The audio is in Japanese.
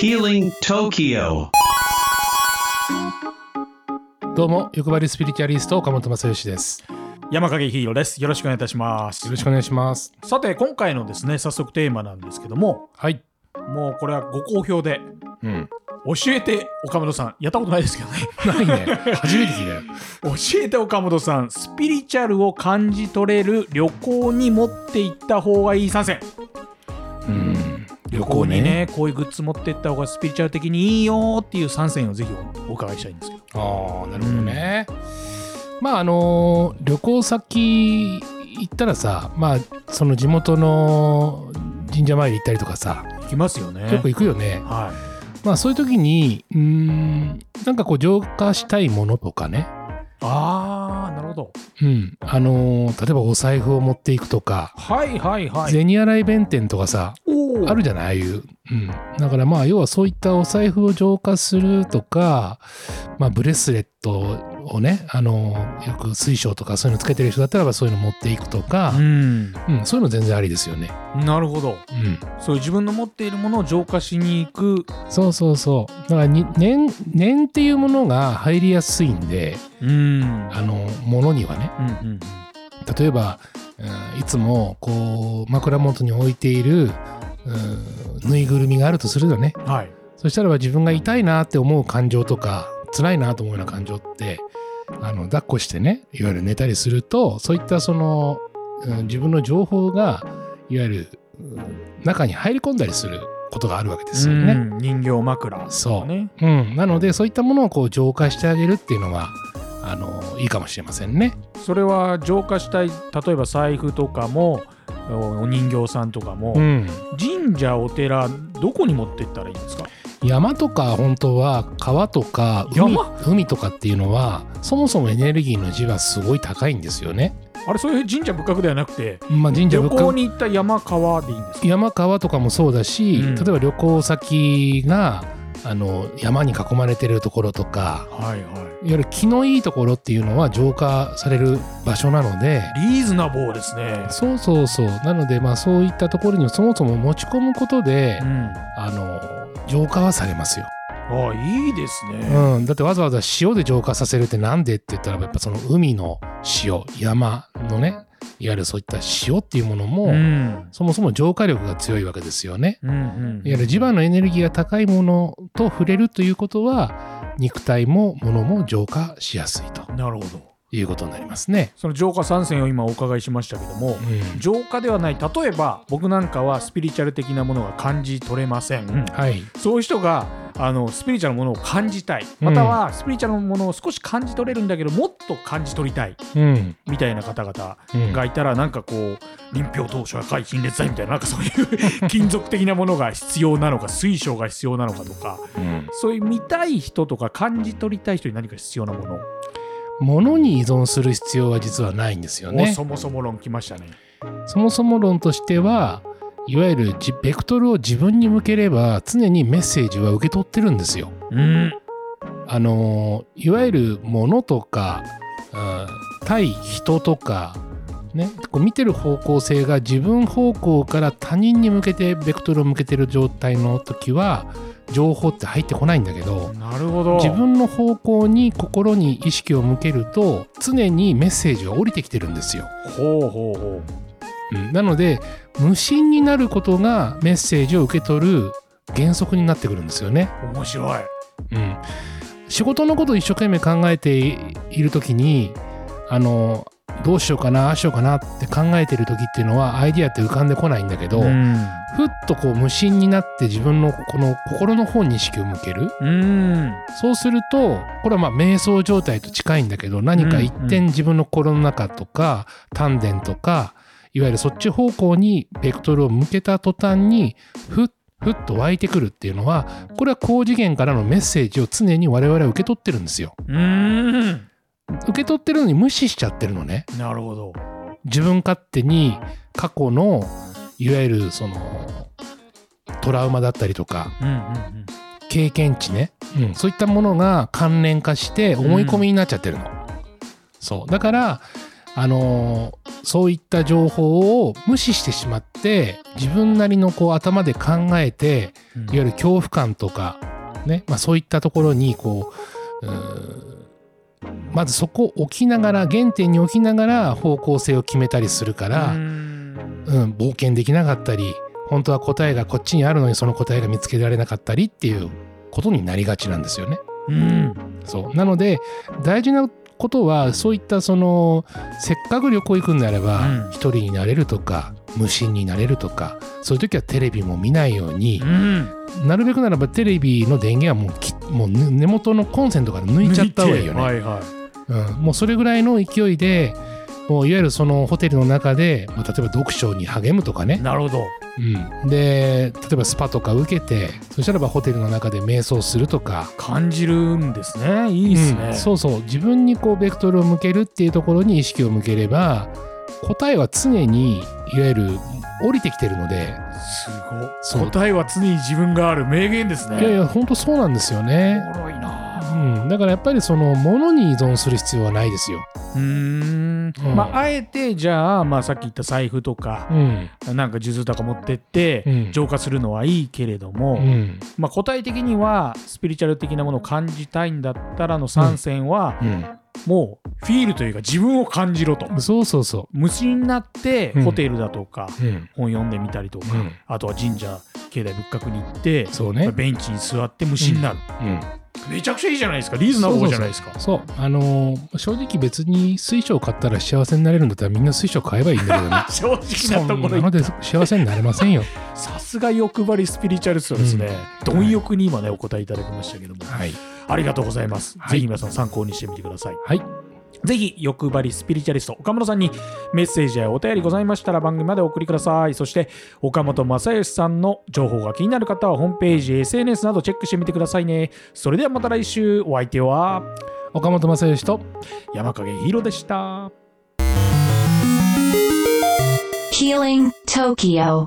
Healing Tokyo. どうも欲張りスピリチュアリスト岡本正義ですよ山影ヒーローです。よろしくお願いいたしますろ。しくお願いしますさて、今回のですね、早速テーマなんですけども、はいもうこれはご好評で、うん教えて岡本さん、やったことないですけどね、 ないね 初めて聞いたよ教えて岡本さん、スピリチュアルを感じ取れる旅行に持って行った方がいい参戦。うん旅ここにね、こういうグッズ持って行った方がスピリチュアル的にいいよっていう参戦をぜひお伺いしたいんですけど。ああなるほどね、まああのー旅行先行ったらさまあその地元の神社参り行ったりとかさ行きますよね。結構行くよね、はまあそういう時にうーんなんかこう浄化したいものとかねい。あー、なるほど。うんあのー例えばお財布を持っていくとかはいはいはい。銭洗弁天とかさおーあるじゃないああいう、うん、だからまあ要はそういったお財布を浄化するとか、まあ、ブレスレットをねあのよく水晶とかそういうのつけてる人だったらばそういうの持っていくとかう、ん、うんそういうの全然ありですよね、なるほど。うん、そういう自分の持っているものを浄化しに行く。そうそうそうだからに念念っていうものが入りやすいんでうんあのものにはねうんうん例えば、うんいつもこう枕元に置いている、うん、ぬいぐるみがあるとするよねうん、はい。そしたらば自分が痛いなって思う感情とか辛いなと思うような感情ってあの抱っこしてねいわゆる寝たりするとそういったその、うん自分の情報がいわゆる、うん中に入り込んだりすることがあるわけですよね。うん人形枕。そうね。うん、なのでそういったものをこう浄化してあげるっていうのはあのいいかもしれませんね。それは浄化したい。例えば財布とかも、おお人形さんとかも、うん、神社、お寺、どこに持ってったらいいんですか。山とか本当は川とか海山海とかっていうのはそもそもエネルギーの字はすごい高いんですよね。あれ、そういう神社仏閣ではなくて、まあ、神社旅仏閣行に行った山川でいいんですか。山川とかもそうだし、うん例えば旅行先があの山に囲まれてるところとかはいはいわゆる気のいいところっていうのは浄化される場所なのでい。リーズナボーですね。そうそうそうなのでまあそういったところにそもそも持ち込むことで、うん。あの浄化はされますよ、あ、いいですね。うん、だってわざわざ塩で浄化させるってなんでって言ったらやっぱその海の塩山のねいわゆるそういった塩っていうものも、ん。そもそも浄化力が強いわけですよね。うんうんいわゆる地場のエネルギーが高いものと触れるということは肉体も物も浄化しやすいとなるほど。いうことになりますね。その浄化三選を今お伺いしましたけども、うん浄化ではない例えば僕なんかはスピリチュアル的なものが感じ取れません、はい、そういう人があのスピリチュアルなものを感じたいうんまたはスピリチュアルなものを少し感じ取れるんだけどもっと感じ取りたいうんみたいな方々うんがいたらなんかこう臨氷当初赤い陳列剤みたいななんかそういう 金属的なものが必要なのか水晶が必要なのかとかうんそういう見たい人とか感じ取りたい人に何か必要なもの、物に依存する必要は実はないんですよおね。そもそも論きましたね。そもそも論としてはいわゆるじベクトルを自分に向ければ常にメッセージは受け取ってるんですよ。うん、あのいわゆる物とか、うん対人とか、ね、こう見てる方向性が自分方向から他人に向けてベクトルを向けてる状態の時は情報って入ってこないんだけどなるほど自分の方向に心に意識を向けると常にメッセージが降りてきてるんですよ。ほうほうほううんなので無心になることがメッセージを受け取る原則になってくるんですよね。面白い。うん、仕事のことを一生懸命考えている時にあのどうしようかなああしようかなって考えてる時っていうのはアイディアって浮かんでこないんだけど、うんふっとこう無心になって自分のこの心の方に意識を向けるうんそうするとこれはまあ瞑想状態と近いんだけど何か一うんう点自分の心の中とか丹田とかいわゆるそっち方向にベクトルを向けた途端にふっふっと湧いてくるっていうのはこれは高次元からのメッセージを常に我々は受け取ってるんですよ。うん受け取ってるのに無視しちゃってるのね。なるほど。自分勝手に過去のいわゆるそのトラウマだったりとかうんうん経験値ね、うん、そういったものが関連化して思い込みになっちゃってるの。そうだからあのーそういった情報を無視してしまって自分なりのこう頭で考えてうんいわゆる恐怖感とか、ねまあ、そういったところにこううーんまずそこを置きながら原点に置きながら方向性を決めたりするから、ううんん冒険できなかったり本当は答えがこっちにあるのにその答えが見つけられなかったりっていうことになりがちなんですよね。うんそうなので大事なことはそういったそのせっかく旅行行くんであればうん一人になれるとか無心になれるとかそういう時はテレビも見ないようにうんなるべくならばテレビの電源はもうきもうね根元のコンセントから抜いちゃった方がいいよね、はいはいうん、もうそれぐらいの勢いでもういわゆるそのホテルの中で、まあ、例えば読書に励むとかね、なるほどうん、で例えばスパとか受けてそしたらばホテルの中で瞑想するとか感じるんですねいいですね、うんそうそう自分にこうベクトルを向けるっていうところに意識を向ければ答えは常にいわゆる降りてきてるのですそごいう答えは常に自分がある名言ですねいやいや本当そうなんですよねおもろいなうん、だからやっぱりその物に依存する必要はないですよ。うーんうんまああえてじゃあ、まあ、さっき言った財布とかう、ん、なんか数珠とか持ってって、うん浄化するのはいいけれどうも、ん、まあ、答え的にはスピリチュアル的なものを感じたいんだったらの参戦は、もうフィールというか自分を感じろとうん、そうそうそ無心になってうんホテルだとか、う。うん、本読んでみたりとか、うんあとは神社境内仏閣に行って、そうまあね。ベンチに座って無心になる、うん、めちゃくちゃいいじゃないですかリーズナブルじゃないですか。そう、あのー正直別に水晶買ったら幸せになれるんだったらみんな水晶買えばいいんだけどね正直なとそんころなので幸せになれませんよ。さすが欲張りスピリチュアリストですね、貪欲に今ねお答えいただきましたけども、はい、ありがとうございます、はいぜひ皆さん参考にしてみてくださいはい、ぜひ欲張りスピリチュアリスト岡本さんにメッセージやお便りございましたら番組までお送りくださいそして岡本正義さんの情報が気になる方はホームページ SNS などチェックしてみてくださいねそれではまた来週お相手は岡本正義と。山影ヒーローでした Healing Tokyo.